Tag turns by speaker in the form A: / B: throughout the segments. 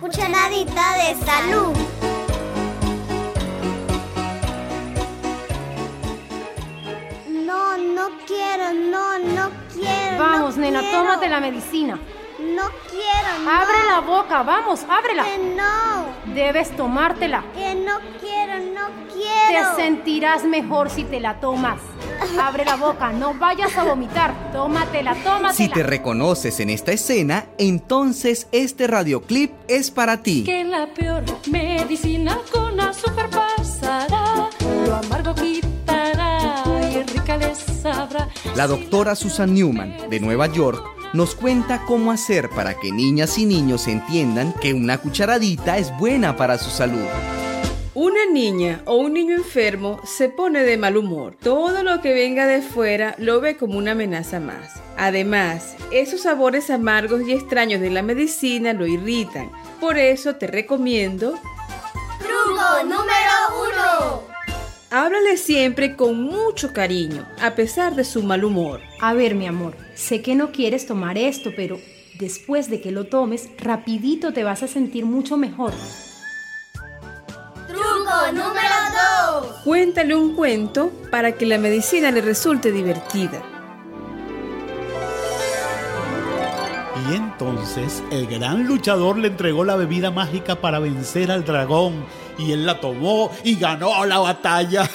A: Cucharadita de salud. No, no quiero, no, no quiero.
B: Vamos,
A: no
B: nena,
A: quiero.
B: tómate la medicina.
A: No quiero, no.
B: Abre la boca, vamos, ábrela.
A: Que no,
B: Debes tomártela.
A: que no quiero, no
B: Te
A: quiero.
B: sentirás mejor si te la tomas. Abre la boca, no vayas a vomitar. Tómatela, tómatela.
C: Si te reconoces en esta escena, entonces este radioclip es para ti.
D: Que la peor medicina con azúcar pasará, lo amargo quitará y rica les sabrá.
C: La doctora Susan Newman, de Nueva York, nos cuenta cómo hacer para que niñas y niños entiendan que una cucharadita es buena para su salud.
E: Una niña o un niño enfermo se pone de mal humor. Todo lo que venga de fuera lo ve como una amenaza más. Además, esos sabores amargos y extraños de la medicina lo irritan. Por eso te recomiendo,
A: Truco número uno.
E: háblale siempre con mucho cariño, a pesar de su mal humor.
B: A ver, mi amor, sé que no quieres tomar esto, pero después de que lo tomes, rapidito te vas a sentir mucho mejor.
A: Truco número dos.
E: Cuéntale un cuento para que la medicina le resulte divertida.
F: Y entonces el gran luchador le entregó la bebida mágica para vencer al dragón. Y él la tomó y ganó la batalla.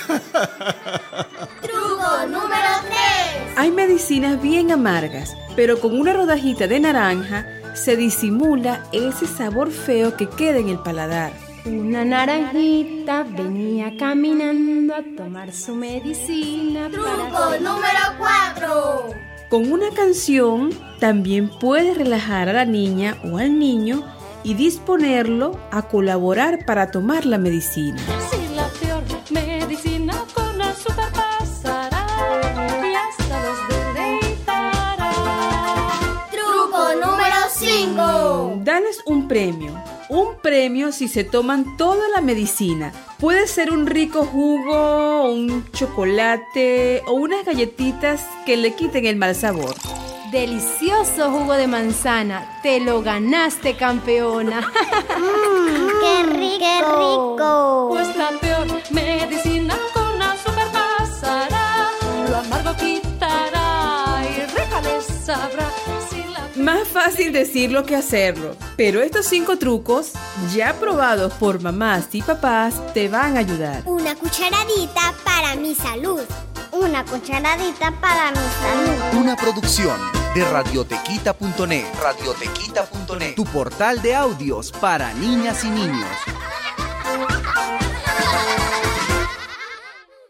A: Truco número tres.
E: Hay medicinas bien amargas, pero con una rodajita de naranja se disimula ese sabor feo que queda en el paladar.
B: Una naranjita venía caminando a tomar su medicina.
A: Truco número cuatro.
E: Con una canción también puedes relajar a la niña o al niño y disponerlo a colaborar para tomar la medicina.
D: Si la peor medicina con azúcar pasará y hasta los deleitará.
A: Truco número cinco.
E: Dales un premio. Un premio si se toman toda la medicina. Puede ser un rico jugo, un chocolate o unas galletitas que le quiten el mal sabor.
B: Delicioso jugo de manzana. Te lo ganaste, campeona. Mm,
A: Qué rico. Qué rico.
D: Pues la peor medicina con azúcar pasará, lo amargo quitará y rica les sabrá. Si la
E: Más fácil decirlo que hacerlo, pero estos cinco trucos, ya probados por mamás y papás, te van a ayudar.
A: Una cucharadita para mi salud. Una cucharadita para mi salud.
C: Una producción de radiotequita.net, radiotequita.net, tu portal de audios para niñas y niños.